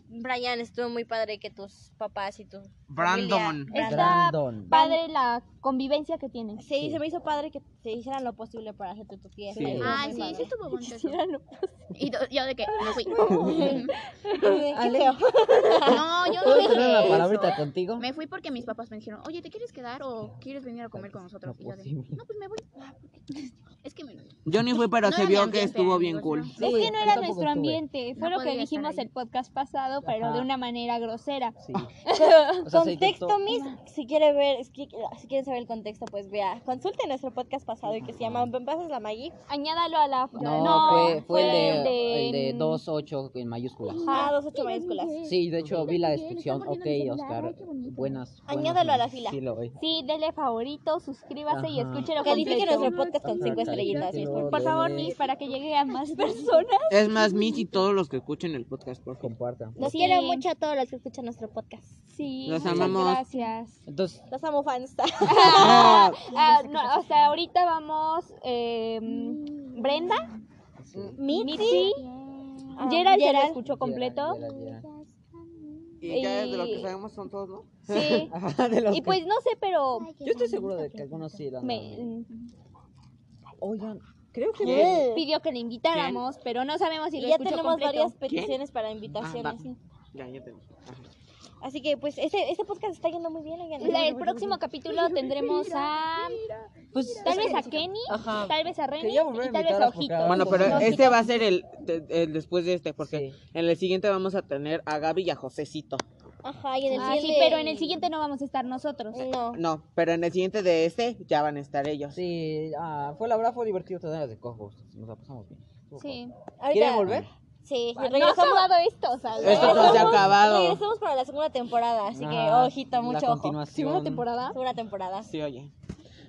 [SPEAKER 5] Brian, estuvo muy padre que tus papás y tu
[SPEAKER 2] Brandon.
[SPEAKER 5] familia-
[SPEAKER 1] Está
[SPEAKER 6] Brandon.
[SPEAKER 1] padre la convivencia que tienen.
[SPEAKER 5] Sí, se me hizo padre que se hicieran lo posible para hacerte tu fiesta.
[SPEAKER 6] Sí.
[SPEAKER 5] Estuvo
[SPEAKER 3] Ah,
[SPEAKER 5] muy
[SPEAKER 3] sí,
[SPEAKER 5] padre.
[SPEAKER 3] sí estuvo
[SPEAKER 6] <laughs>
[SPEAKER 3] bonito eso.
[SPEAKER 1] Hicieran lo-
[SPEAKER 3] Y do- yo de que no fui.
[SPEAKER 5] Ale.
[SPEAKER 3] No, yo no
[SPEAKER 6] ¿Puedo tener una
[SPEAKER 3] dije eso.
[SPEAKER 6] palabrita contigo?
[SPEAKER 3] Me fui porque mis papás me dijeron, oye, ¿te quieres quedar o quieres venir a comer con nosotros?
[SPEAKER 6] No
[SPEAKER 3] Y yo de,
[SPEAKER 6] posible.
[SPEAKER 3] no, pues me voy. <laughs> Ah, ¿por qué? Es que me...
[SPEAKER 2] Yo ni fui, pero
[SPEAKER 3] No
[SPEAKER 2] se
[SPEAKER 3] era mi
[SPEAKER 2] vio que
[SPEAKER 3] ambiente,
[SPEAKER 2] estuvo bien
[SPEAKER 3] amigos,
[SPEAKER 2] cool.
[SPEAKER 3] no.
[SPEAKER 1] es que no era nuestro
[SPEAKER 6] ambiente
[SPEAKER 1] ambiente, fue
[SPEAKER 3] No
[SPEAKER 1] lo que
[SPEAKER 3] podía estar
[SPEAKER 1] dijimos
[SPEAKER 3] ahí.
[SPEAKER 1] el podcast pasado, pero
[SPEAKER 6] Ajá.
[SPEAKER 1] de una manera grosera.
[SPEAKER 6] Sí. O sea, se
[SPEAKER 5] contexto,
[SPEAKER 6] dictó-
[SPEAKER 5] mis, si quiere ver, es que- si quieren saber el contexto, pues vea, consulte nuestro podcast pasado y que se llama Pasas la Maggie.
[SPEAKER 1] Añádalo a la...
[SPEAKER 6] No, fue, fue el de, el de 2.8 en mayúsculas.
[SPEAKER 5] Ah, dos ocho mayúsculas.
[SPEAKER 6] Sí, de hecho vi la descripción. Ok, Oscar. Buenas. buenas
[SPEAKER 5] Añádalo a la
[SPEAKER 6] ideas.
[SPEAKER 5] fila.
[SPEAKER 6] Sí, lo vi.
[SPEAKER 1] Sí, dele favorito, suscríbase y
[SPEAKER 6] Ajá.
[SPEAKER 1] escúchelo
[SPEAKER 5] Califique
[SPEAKER 1] completo.
[SPEAKER 5] nuestro podcast con
[SPEAKER 6] Ajá,
[SPEAKER 5] cinco estrellitas.
[SPEAKER 6] califíquelo,
[SPEAKER 5] por
[SPEAKER 1] Por
[SPEAKER 6] dele-
[SPEAKER 1] favor, Miss, para que llegue a más <laughs> personas.
[SPEAKER 2] Es más, mis y todos los que escuchen el podcast, por favor.
[SPEAKER 1] <laughs>
[SPEAKER 6] Compartan.
[SPEAKER 5] Los
[SPEAKER 1] Sí.
[SPEAKER 5] quiero mucho a todos los que escuchan nuestro podcast.
[SPEAKER 1] Sí,
[SPEAKER 2] Los
[SPEAKER 1] muchas
[SPEAKER 2] amamos.
[SPEAKER 1] gracias.
[SPEAKER 6] Entonces,
[SPEAKER 5] Los amo fans. <laughs>
[SPEAKER 1] Ah, ah, no, hasta ahorita vamos eh, Brenda, Mitzi,
[SPEAKER 5] Ah,
[SPEAKER 1] Gerald se lo
[SPEAKER 5] Gerald.
[SPEAKER 1] escuchó completo.
[SPEAKER 6] Gerald, Gerald, Gerald.
[SPEAKER 2] <laughs> Y ya de lo
[SPEAKER 1] Y-
[SPEAKER 2] que sabemos son todos, ¿no?
[SPEAKER 1] Sí.
[SPEAKER 6] Ajá, de los
[SPEAKER 1] Y
[SPEAKER 6] que-
[SPEAKER 1] pues no sé, pero
[SPEAKER 6] Yo estoy seguro de que algunos sí lo han dado.
[SPEAKER 1] me
[SPEAKER 6] Oigan, creo que.
[SPEAKER 5] ¿Quién?
[SPEAKER 1] pidió que le invitáramos, pero no sabemos si
[SPEAKER 5] Y
[SPEAKER 1] lo
[SPEAKER 5] ya
[SPEAKER 1] escuchó
[SPEAKER 5] tenemos
[SPEAKER 1] completo.
[SPEAKER 5] varias peticiones para invitaciones.
[SPEAKER 2] Ah, va. Ya, ya tenemos. Ajá.
[SPEAKER 5] Así que pues este, este podcast está yendo muy bien. oigan.
[SPEAKER 1] La- el próximo capítulo tendremos a
[SPEAKER 6] Pues,
[SPEAKER 1] tal vez a Kenny,
[SPEAKER 6] Ajá.
[SPEAKER 1] tal vez a Renny
[SPEAKER 6] Quería volver a
[SPEAKER 1] y tal vez a
[SPEAKER 6] invitarlos porque
[SPEAKER 1] Ojito.
[SPEAKER 6] ahora
[SPEAKER 2] Bueno, pero
[SPEAKER 6] Ojitos.
[SPEAKER 2] este va a ser el, de- el después de este, porque
[SPEAKER 6] Sí.
[SPEAKER 2] en el siguiente vamos a tener a Gaby y a Josecito.
[SPEAKER 5] Ajá, y en el
[SPEAKER 1] Ah, sí,
[SPEAKER 5] siguiente-
[SPEAKER 1] pero en el siguiente no vamos a estar nosotros.
[SPEAKER 5] No.
[SPEAKER 2] No, pero en el siguiente de este ya van a estar ellos.
[SPEAKER 6] Sí, ah, fue la verdad, fue divertido tenerlas de cojos. Nos la pasamos bien. Estuvo
[SPEAKER 1] Sí.
[SPEAKER 5] Ahorita-
[SPEAKER 6] ¿Quieren volver?
[SPEAKER 5] Sí,
[SPEAKER 1] No ha
[SPEAKER 5] regresamos.
[SPEAKER 1] acabado esto, ¿sabes?
[SPEAKER 2] Esto no se ha acabado.
[SPEAKER 5] regresamos para la segunda temporada, así que
[SPEAKER 6] Ajá,
[SPEAKER 5] ojito, mucho
[SPEAKER 6] Ah, la
[SPEAKER 5] ojo.
[SPEAKER 6] continuación.
[SPEAKER 1] Segunda temporada.
[SPEAKER 5] Segunda temporada.
[SPEAKER 2] Sí, oye.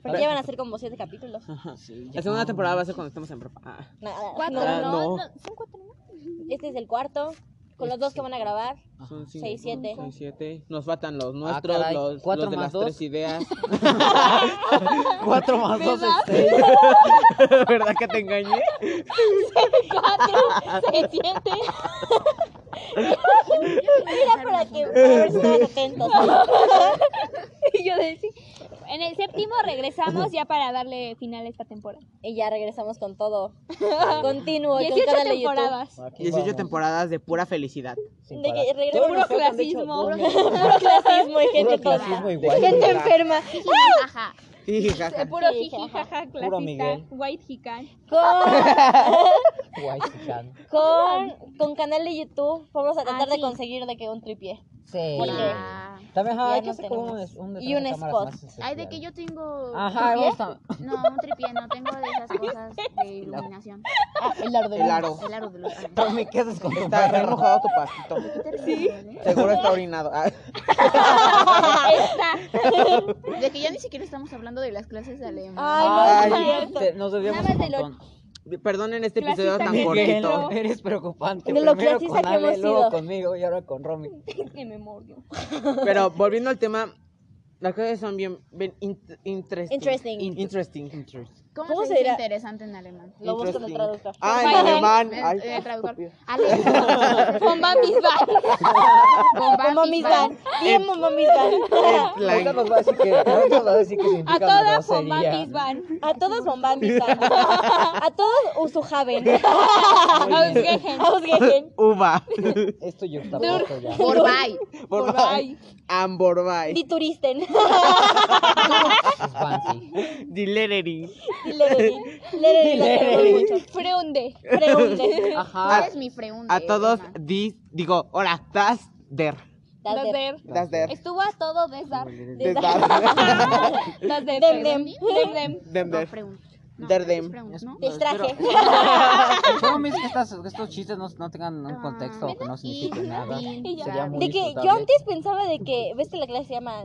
[SPEAKER 5] Porque ya van a ser como siete capítulos.
[SPEAKER 6] Sí, ya.
[SPEAKER 2] La segunda temporada va a ser cuando estemos en prepa. Ah.
[SPEAKER 5] Nada,
[SPEAKER 1] Cuatro,
[SPEAKER 5] no.
[SPEAKER 2] Ah,
[SPEAKER 1] no,
[SPEAKER 2] no.
[SPEAKER 1] no, Son cuatro, ¿no?
[SPEAKER 5] Este es el cuarto. Con los dos que van a grabar.
[SPEAKER 2] Son cinco,
[SPEAKER 5] Seis, siete.
[SPEAKER 2] son siete. Nos faltan los nuestros,
[SPEAKER 6] Ah, caray,
[SPEAKER 2] los,
[SPEAKER 6] ¿cuatro
[SPEAKER 2] los de
[SPEAKER 6] más
[SPEAKER 2] las
[SPEAKER 6] dos?
[SPEAKER 2] tres
[SPEAKER 6] <laughs>
[SPEAKER 2] ideas. <laughs>
[SPEAKER 7] 4 más 2 es
[SPEAKER 6] este,
[SPEAKER 7] 6.
[SPEAKER 2] ¿Verdad que te engañé?
[SPEAKER 5] Cuatro, seis, siete. Mira para que para ver si estaban atentos.
[SPEAKER 1] <laughs> Y yo decía, en el séptimo regresamos ya para darle final a esta temporada.
[SPEAKER 5] Y ya regresamos con todo.
[SPEAKER 1] <laughs>
[SPEAKER 5] Continuo. y con
[SPEAKER 1] 18
[SPEAKER 5] cada
[SPEAKER 1] temporadas.
[SPEAKER 2] 18 temporadas de pura felicidad.
[SPEAKER 5] De que regresamos
[SPEAKER 1] Puro clasismo. <laughs>
[SPEAKER 5] con puro clasismo y gente
[SPEAKER 7] Puro
[SPEAKER 5] tonta.
[SPEAKER 7] clasismo igual.
[SPEAKER 5] Gente enferma.
[SPEAKER 3] Ajá.
[SPEAKER 2] Sí, jaja.
[SPEAKER 1] Puro
[SPEAKER 5] Sí,
[SPEAKER 1] jiji,
[SPEAKER 5] jaja.
[SPEAKER 1] jaja,
[SPEAKER 7] Puro
[SPEAKER 1] clasista,
[SPEAKER 7] Miguel.
[SPEAKER 1] white jican.
[SPEAKER 5] Con,
[SPEAKER 7] Guay,
[SPEAKER 5] <laughs>
[SPEAKER 7] chican.
[SPEAKER 5] con, con canal de YouTube vamos a tratar
[SPEAKER 1] Ah, sí.
[SPEAKER 5] de conseguir de que un tripié.
[SPEAKER 7] Sí.
[SPEAKER 5] Porque-
[SPEAKER 3] Ah.
[SPEAKER 7] También ajá,
[SPEAKER 5] Ya
[SPEAKER 7] hay que
[SPEAKER 5] no
[SPEAKER 7] hacer como un,
[SPEAKER 5] tenemos.
[SPEAKER 7] un
[SPEAKER 5] Y un spot.
[SPEAKER 3] Ay, de que yo tengo.
[SPEAKER 6] Ah.
[SPEAKER 7] Ajá, vamos a...
[SPEAKER 3] No, un tripié, no tengo de esas cosas de iluminación.
[SPEAKER 7] el aro de
[SPEAKER 2] El aro.
[SPEAKER 3] El aro de luz.
[SPEAKER 6] <laughs>
[SPEAKER 7] Tommy, ¿qué haces con tu
[SPEAKER 2] Está
[SPEAKER 7] perro?
[SPEAKER 2] enojado tu pastito.
[SPEAKER 3] Sí.
[SPEAKER 2] Seguro está orinado. Ah,
[SPEAKER 3] De que ya ni siquiera estamos hablando de las clases de alemán.
[SPEAKER 5] Ah, Ay, no,
[SPEAKER 7] Ay,
[SPEAKER 5] es cierto.
[SPEAKER 7] te- nos debíamos
[SPEAKER 5] Nada
[SPEAKER 7] un
[SPEAKER 5] más de lo- <laughs>
[SPEAKER 7] montón.
[SPEAKER 2] Perdonen este episodio
[SPEAKER 1] Clasista
[SPEAKER 2] tan
[SPEAKER 7] Miguel,
[SPEAKER 2] cortito.
[SPEAKER 7] eres preocupante.
[SPEAKER 5] De lo
[SPEAKER 7] Primero
[SPEAKER 5] clasista
[SPEAKER 7] con
[SPEAKER 5] que
[SPEAKER 7] Ale,
[SPEAKER 5] hemos
[SPEAKER 7] luego
[SPEAKER 5] sido.
[SPEAKER 7] conmigo y ahora con Romy.
[SPEAKER 1] Que me mordió.
[SPEAKER 2] Pero volviendo al tema, las cosas son bien, bien int- interesting.
[SPEAKER 5] Interesting.
[SPEAKER 2] In- Interesting. Interesting.
[SPEAKER 3] ¿Cómo,
[SPEAKER 5] ¿cómo
[SPEAKER 3] se
[SPEAKER 5] se
[SPEAKER 3] dice
[SPEAKER 5] dirá?
[SPEAKER 3] interesante en alemán?
[SPEAKER 5] Lo busco en el traductor.
[SPEAKER 2] Ah, en alemán.
[SPEAKER 3] Eh,
[SPEAKER 2] Ay,
[SPEAKER 3] eh, traductor.
[SPEAKER 2] estúpido.
[SPEAKER 3] Ale.
[SPEAKER 1] Bomba mis
[SPEAKER 5] Mamá Misgan. Bien, mamá Misgan.
[SPEAKER 2] Eh,
[SPEAKER 7] Ahorita nos va a decir que, ahorita nos va a decir que significa
[SPEAKER 1] A todas bomba
[SPEAKER 7] grosería.
[SPEAKER 2] <laughs>
[SPEAKER 1] mis van.
[SPEAKER 5] A todos Bomba Misgan. A todos Usuhaven. Ausgehen.
[SPEAKER 2] <laughs> Uva.
[SPEAKER 7] Esto yo está puesto
[SPEAKER 5] <laughs>
[SPEAKER 7] ya.
[SPEAKER 3] Por bye.
[SPEAKER 2] Por bye. Amborbay.
[SPEAKER 5] Dituristen.
[SPEAKER 7] Es fancy.
[SPEAKER 2] Dilerery.
[SPEAKER 5] Dilererin. Lererin, la queremos mucho.
[SPEAKER 1] Freunde.
[SPEAKER 5] Preunde.
[SPEAKER 2] Ah,
[SPEAKER 7] Ajá.
[SPEAKER 3] Eres mi freunde.
[SPEAKER 2] A todos,
[SPEAKER 3] Emma.
[SPEAKER 2] dis, digo, hola, das der.
[SPEAKER 5] Das
[SPEAKER 1] Das
[SPEAKER 5] de-
[SPEAKER 1] der.
[SPEAKER 2] Das der.
[SPEAKER 1] Estuvo a todo desdar.
[SPEAKER 2] Des dar.
[SPEAKER 1] Das der.
[SPEAKER 5] Dem,
[SPEAKER 1] perdón. Dem, dem.
[SPEAKER 2] <laughs> Dem
[SPEAKER 3] No,
[SPEAKER 2] der.
[SPEAKER 3] freund. No,
[SPEAKER 2] Der
[SPEAKER 3] es
[SPEAKER 2] dem.
[SPEAKER 3] freund, ¿no?
[SPEAKER 5] Distraje.
[SPEAKER 7] Solo me dice que estas, que estos chistes no, no tengan un contexto
[SPEAKER 5] Ah,
[SPEAKER 7] o que no signifiquen
[SPEAKER 3] Ah, Y-
[SPEAKER 7] nada.
[SPEAKER 3] y ya.
[SPEAKER 7] Sería muy
[SPEAKER 5] De que yo
[SPEAKER 7] disfrutable.
[SPEAKER 5] antes pensaba de que, ¿ves que la clase se llama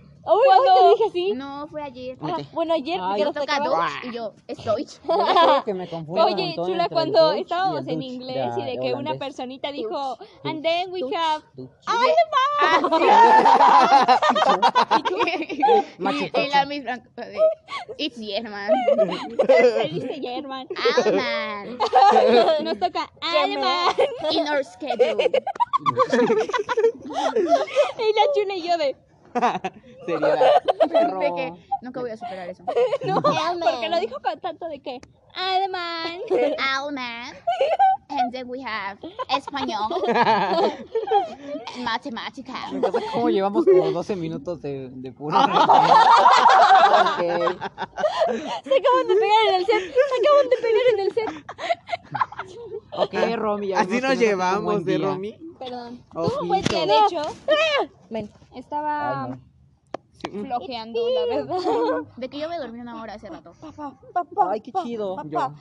[SPEAKER 5] ahora te lo dije así,
[SPEAKER 3] No, fue ayer.
[SPEAKER 5] Ah, bueno ayer
[SPEAKER 7] Ay,
[SPEAKER 5] ya
[SPEAKER 3] Yo
[SPEAKER 5] nos
[SPEAKER 3] toca
[SPEAKER 5] tocaba,
[SPEAKER 3] dos y yo
[SPEAKER 7] Yo
[SPEAKER 3] estoy.
[SPEAKER 7] les
[SPEAKER 1] <laughs>
[SPEAKER 7] juro que me confundo un
[SPEAKER 1] Oye,
[SPEAKER 7] montón entre
[SPEAKER 1] chula,
[SPEAKER 7] el
[SPEAKER 1] cuando
[SPEAKER 7] Dutch y
[SPEAKER 1] estábamos
[SPEAKER 7] el
[SPEAKER 1] en
[SPEAKER 7] Dutch
[SPEAKER 1] inglés y de que una
[SPEAKER 7] holandés.
[SPEAKER 1] personita dijo, and then we
[SPEAKER 7] <laughs>
[SPEAKER 1] have
[SPEAKER 6] <laughs>
[SPEAKER 7] Dutch. <laughs>
[SPEAKER 3] Ah, Y y la misma. cosa de, It's German.
[SPEAKER 7] <laughs>
[SPEAKER 1] se dice German.
[SPEAKER 3] Alman.
[SPEAKER 7] <laughs>
[SPEAKER 1] Nos toca
[SPEAKER 5] German.
[SPEAKER 1] Alemán.
[SPEAKER 3] In our schedule.
[SPEAKER 1] <laughs> Y la chula y yo de,
[SPEAKER 2] Seriedad.
[SPEAKER 3] De que nunca voy a superar eso.
[SPEAKER 1] no, porque lo dijo con tanto de que Alemán.
[SPEAKER 3] Alman. And then we have español. Matemática.
[SPEAKER 7] Me encanta cómo llevamos como 12 minutos de, de puro. Ah. Ok.
[SPEAKER 5] se acaban de pegar en el set, se acaban de pegar en el set,
[SPEAKER 7] Ok, Romy. ya
[SPEAKER 2] Ah, Así
[SPEAKER 7] vimos
[SPEAKER 2] nos
[SPEAKER 7] que no fue un buen
[SPEAKER 2] llevamos de
[SPEAKER 7] día.
[SPEAKER 2] Romy.
[SPEAKER 5] perdón,
[SPEAKER 1] Tuvo un buen día, de
[SPEAKER 2] Ojito.
[SPEAKER 1] hecho,
[SPEAKER 5] ven,
[SPEAKER 1] estaba
[SPEAKER 7] Ay, Mm,
[SPEAKER 1] flojeando, la verdad.
[SPEAKER 3] De que yo me dormí una hora hace rato.
[SPEAKER 7] no. Ay, qué chido.
[SPEAKER 2] Yo.
[SPEAKER 7] Ah,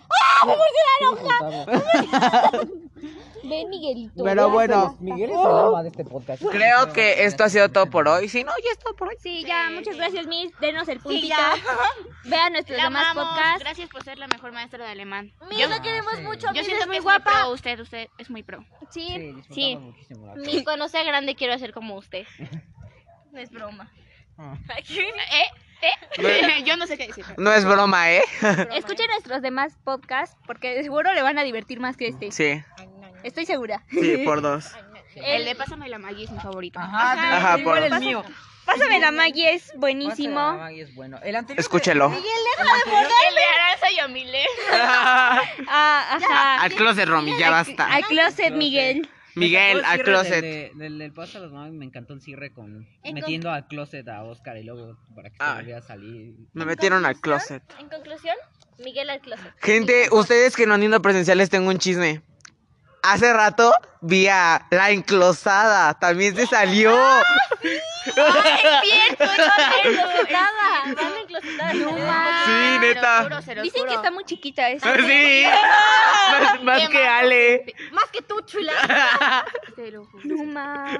[SPEAKER 1] Ven, Miguelito.
[SPEAKER 2] Pero bueno,
[SPEAKER 7] Miguel es el alma de este podcast.
[SPEAKER 2] creo que esto ha sido todo por hoy. Si no, ya es todo por hoy.
[SPEAKER 1] Sí, ya, muchas gracias, Miss. Denos el puntito.
[SPEAKER 5] <laughs>
[SPEAKER 1] Vean nuestros
[SPEAKER 8] La
[SPEAKER 1] demás
[SPEAKER 8] amamos.
[SPEAKER 1] podcasts.
[SPEAKER 8] Gracias por ser la mejor maestra de alemán.
[SPEAKER 5] Miss la queremos mucho,
[SPEAKER 8] Yo
[SPEAKER 5] Miss
[SPEAKER 8] siento
[SPEAKER 5] es
[SPEAKER 8] que
[SPEAKER 5] muy
[SPEAKER 8] es muy
[SPEAKER 5] guapa,
[SPEAKER 8] pro usted, usted es muy pro.
[SPEAKER 5] sí,
[SPEAKER 8] Sí. Mis cuando sea grande quiero hacer como usted. No es broma. ¿Eh? ¿Eh? Yo no sé qué decir.
[SPEAKER 2] No es broma, ¿eh?
[SPEAKER 1] Escuchen nuestros demás podcasts porque seguro le van a divertir más que este.
[SPEAKER 2] Sí,
[SPEAKER 1] Estoy segura.
[SPEAKER 2] sí, por dos.
[SPEAKER 8] El de Pásame la Maggie es mi favorito.
[SPEAKER 2] Ajá, por dos.
[SPEAKER 6] mío.
[SPEAKER 1] Pásame la Maggie, es buenísimo.
[SPEAKER 6] Y es bueno. El anterior.
[SPEAKER 2] Escúchelo.
[SPEAKER 8] El de Aranza y Amile.
[SPEAKER 1] <laughs> Ah, ajá.
[SPEAKER 2] Al closet, Romy, ya basta.
[SPEAKER 1] Al closet, Miguel.
[SPEAKER 2] Miguel, al closet.
[SPEAKER 6] Del, del, del podcast de las mamis me encantó el cierre con metiendo al closet a Oscar y luego para que se
[SPEAKER 2] Ay.
[SPEAKER 6] volviera a salir.
[SPEAKER 2] Me metieron al closet.
[SPEAKER 5] en conclusión, Miguel al closet,
[SPEAKER 2] Gente, ustedes que no han ido a presenciales, tengo un chisme. Hace rato vi a la enclosada.
[SPEAKER 5] Ah,
[SPEAKER 2] También se salió.
[SPEAKER 8] ¡Cierto! ¡Yo no he
[SPEAKER 5] Nada, van en closet. resultado del teléfono.
[SPEAKER 9] Sí, neta.
[SPEAKER 5] Dicen que está muy chiquita esa.
[SPEAKER 9] Sí. Más, más que Ale.
[SPEAKER 3] Más que tú, chula. Te lo juro.
[SPEAKER 5] No ma.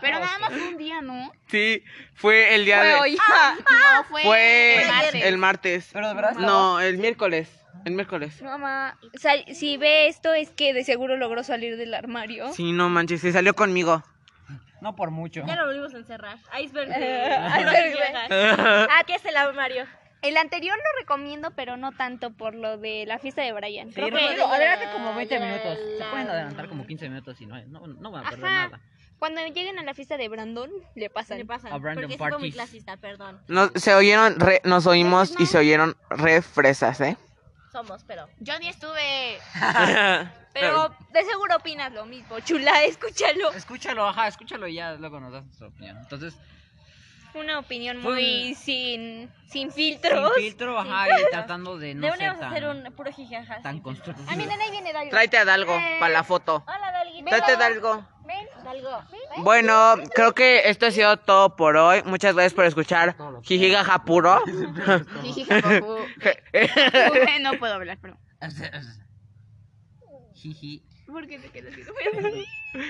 [SPEAKER 3] Pero nada más un día, ¿no?
[SPEAKER 9] Sí, fue el día de. Ah,
[SPEAKER 5] Fue hoy. <laughs>
[SPEAKER 3] No, fue.
[SPEAKER 9] Fue
[SPEAKER 3] el martes.
[SPEAKER 9] el martes.
[SPEAKER 6] Pero de verdad estaba-
[SPEAKER 9] No, el miércoles. El miércoles.
[SPEAKER 5] No ma. O sea, si ve esto es que de seguro logró salir del <laughs> armario.
[SPEAKER 9] Sí, no manches, se salió conmigo.
[SPEAKER 6] No por mucho.
[SPEAKER 1] Ya lo volvimos a encerrar. Iceberg.
[SPEAKER 5] Eh,
[SPEAKER 1] de-
[SPEAKER 5] iceberg.
[SPEAKER 1] Iceberg.
[SPEAKER 9] Ajá.
[SPEAKER 1] Ah, ¿qué es el armario?
[SPEAKER 5] El anterior lo recomiendo, pero no tanto por lo de la fiesta de Brian. Creo que
[SPEAKER 6] Pero adelante como 20 minutos. Se pueden adelantar como 15 minutos y no, no, no van a perder
[SPEAKER 5] Ajá.
[SPEAKER 6] nada.
[SPEAKER 5] cuando lleguen a la fiesta de Brandon, le pasan.
[SPEAKER 1] Le pasa.
[SPEAKER 6] A
[SPEAKER 1] Porque
[SPEAKER 6] random
[SPEAKER 1] sí fue muy
[SPEAKER 6] parties.
[SPEAKER 1] clasista, perdón.
[SPEAKER 9] Nos, se oyeron, re- nos oímos y se oyeron re fresas, ¿eh?
[SPEAKER 1] Somos, pero.
[SPEAKER 3] Yo ni estuve.
[SPEAKER 6] <laughs>
[SPEAKER 5] Pero de seguro opinas lo mismo,
[SPEAKER 1] <laughs>
[SPEAKER 5] chula, escúchalo.
[SPEAKER 6] Escúchalo, ajá, escúchalo y ya luego nos das nuestra opinión. Entonces,
[SPEAKER 5] Una opinión
[SPEAKER 6] Fue
[SPEAKER 5] muy sin, sin
[SPEAKER 6] sin
[SPEAKER 5] filtros.
[SPEAKER 6] filtro, ajá, y tratando de no ser
[SPEAKER 1] <laughs> Deberíamos
[SPEAKER 6] tan,
[SPEAKER 1] hacer un puro jijaja.
[SPEAKER 6] tan constructivo.
[SPEAKER 1] Ah, miren, ahí viene Dalgo.
[SPEAKER 9] Tráete a Dalgo para la foto.
[SPEAKER 1] Hola, Dalguito.
[SPEAKER 9] Tráete a Dalgo.
[SPEAKER 1] Ven, Dalgo. Ven.
[SPEAKER 9] Bueno, creo que esto ha sido todo por hoy. Muchas gracias por escuchar Jijigaja Puro.
[SPEAKER 3] no puedo hablar, pero.
[SPEAKER 6] Jiji,
[SPEAKER 3] ¿Por qué te quedas así?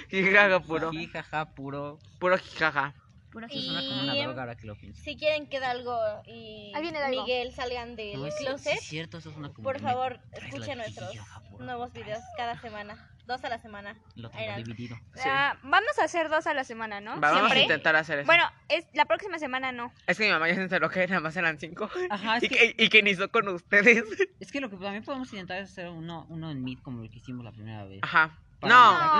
[SPEAKER 9] Jijigaja Puro.
[SPEAKER 6] jiji, jaja, puro.
[SPEAKER 9] Puro jijaja.
[SPEAKER 6] Eso suena como una
[SPEAKER 1] Y-
[SPEAKER 6] droga ahora que lo pienso.
[SPEAKER 1] Si quieren que Dalgo y
[SPEAKER 3] Ahí viene Dalgo.
[SPEAKER 1] Miguel salgan del
[SPEAKER 6] No, es, sí
[SPEAKER 1] closet,
[SPEAKER 6] es cierto, eso suena como
[SPEAKER 1] por
[SPEAKER 6] un-
[SPEAKER 1] favor,
[SPEAKER 6] traes la
[SPEAKER 1] escuchen nuestros
[SPEAKER 6] jijijaja puro,
[SPEAKER 1] nuevos videos cada semana. Dos a la semana.
[SPEAKER 6] Lo
[SPEAKER 1] Ahí
[SPEAKER 6] tengo
[SPEAKER 1] va.
[SPEAKER 6] dividido.
[SPEAKER 5] Ah, vamos a hacer dos a la semana, ¿no?
[SPEAKER 9] Va, vamos a
[SPEAKER 5] Siempre.
[SPEAKER 9] intentar hacer eso.
[SPEAKER 5] Bueno, es, la próxima semana no.
[SPEAKER 9] Es que mi mamá ya se enteró que nada más eran cinco.
[SPEAKER 6] Ajá, es
[SPEAKER 9] y,
[SPEAKER 6] que-
[SPEAKER 9] que, y que ni hizo con ustedes.
[SPEAKER 6] Es que lo que también podemos intentar es hacer uno, uno en Meet como el que hicimos la primera vez.
[SPEAKER 9] Ajá.
[SPEAKER 6] Para
[SPEAKER 9] No,
[SPEAKER 6] la-
[SPEAKER 9] Ah,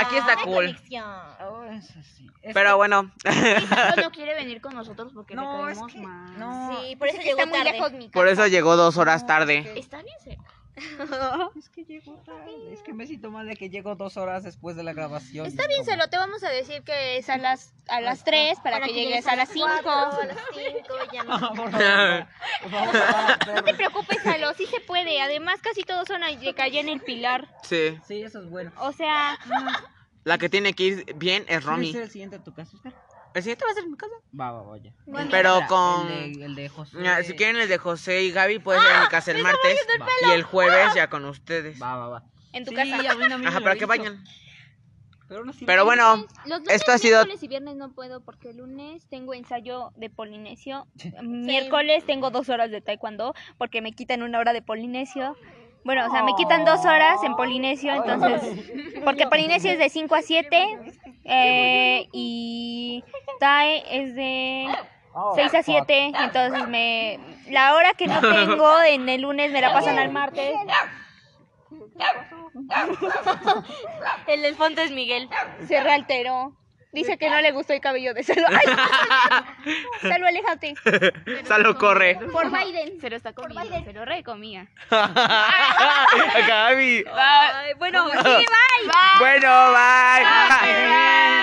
[SPEAKER 9] no, aquí está
[SPEAKER 1] Hay
[SPEAKER 9] cool.
[SPEAKER 1] conexión.
[SPEAKER 6] Oh, eso sí. Es
[SPEAKER 9] Pero bueno,
[SPEAKER 3] Santos no quiere venir con nosotros porque le
[SPEAKER 6] No, es
[SPEAKER 3] caemos
[SPEAKER 6] que-
[SPEAKER 3] mal.
[SPEAKER 6] No.
[SPEAKER 1] Sí, por eso
[SPEAKER 5] que está
[SPEAKER 1] llegó
[SPEAKER 5] muy
[SPEAKER 1] tarde.
[SPEAKER 5] lejos mi
[SPEAKER 9] por
[SPEAKER 5] casa.
[SPEAKER 9] eso llegó dos horas tarde.
[SPEAKER 3] Está bien, se-
[SPEAKER 6] Es que llegó tarde. Es que me siento mal de que llego dos horas después de la grabación.
[SPEAKER 5] Está bien, solo te vamos a decir que es a las a las 3 para, que, llegues a las 5.
[SPEAKER 1] cuatro,
[SPEAKER 5] <laughs>
[SPEAKER 1] a las cinco,
[SPEAKER 6] <laughs>
[SPEAKER 1] ya no.
[SPEAKER 6] Por favor. Por favor.
[SPEAKER 5] No te preocupes, Alo, sí se puede. Además, casi todos son ahí de calle en el pilar.
[SPEAKER 9] Sí.
[SPEAKER 6] Sí, eso es bueno.
[SPEAKER 5] O sea,
[SPEAKER 9] La que tiene que ir bien es
[SPEAKER 6] ¿Cuál
[SPEAKER 9] Romy.
[SPEAKER 6] es el siguiente a tu casa, Oscar?
[SPEAKER 9] El siguiente va a ser mi casa.
[SPEAKER 6] Va, va, vaya.
[SPEAKER 9] Pero
[SPEAKER 6] Espera,
[SPEAKER 9] con-
[SPEAKER 6] El de, el de José.
[SPEAKER 9] Mira, Ah, si quieren el de José y Gaby, puede
[SPEAKER 6] ¡Ah!
[SPEAKER 9] ser en mi casa el martes.
[SPEAKER 6] el ¡Ah!
[SPEAKER 9] Y el jueves ya con ustedes.
[SPEAKER 6] Va, va, va.
[SPEAKER 5] en tu
[SPEAKER 6] Sí,
[SPEAKER 5] casa.
[SPEAKER 6] a mí no me
[SPEAKER 9] Ajá,
[SPEAKER 6] lo
[SPEAKER 9] para
[SPEAKER 6] he
[SPEAKER 9] que
[SPEAKER 6] visto.
[SPEAKER 9] vayan.
[SPEAKER 6] Pero, no sirve.
[SPEAKER 9] Pero bueno,
[SPEAKER 5] Los lunes,
[SPEAKER 9] esto ha sido
[SPEAKER 5] miércoles y viernes no puedo porque el lunes tengo ensayo de polinesio. Miércoles tengo dos horas de taekwondo porque me quitan una hora de polinesio. Bueno, o sea, me quitan dos horas en polinesio, entonces, porque polinesio es de 5 a 7 eh, y tae es de
[SPEAKER 6] Oh.
[SPEAKER 5] 6 a 7, entonces me la hora que no tengo en el lunes me la pasan al martes.
[SPEAKER 1] El del fondo es Miguel.
[SPEAKER 5] Se realteró. Dice que no le gustó el cabello de Salvo. ¡Ay! Salvo, aléjate.
[SPEAKER 9] Salo corre.
[SPEAKER 5] Por Biden.
[SPEAKER 3] se lo está comiendo, se lo recomía.
[SPEAKER 9] Gaby.
[SPEAKER 5] Ay, bueno, sí, bye.
[SPEAKER 9] Bueno, bye.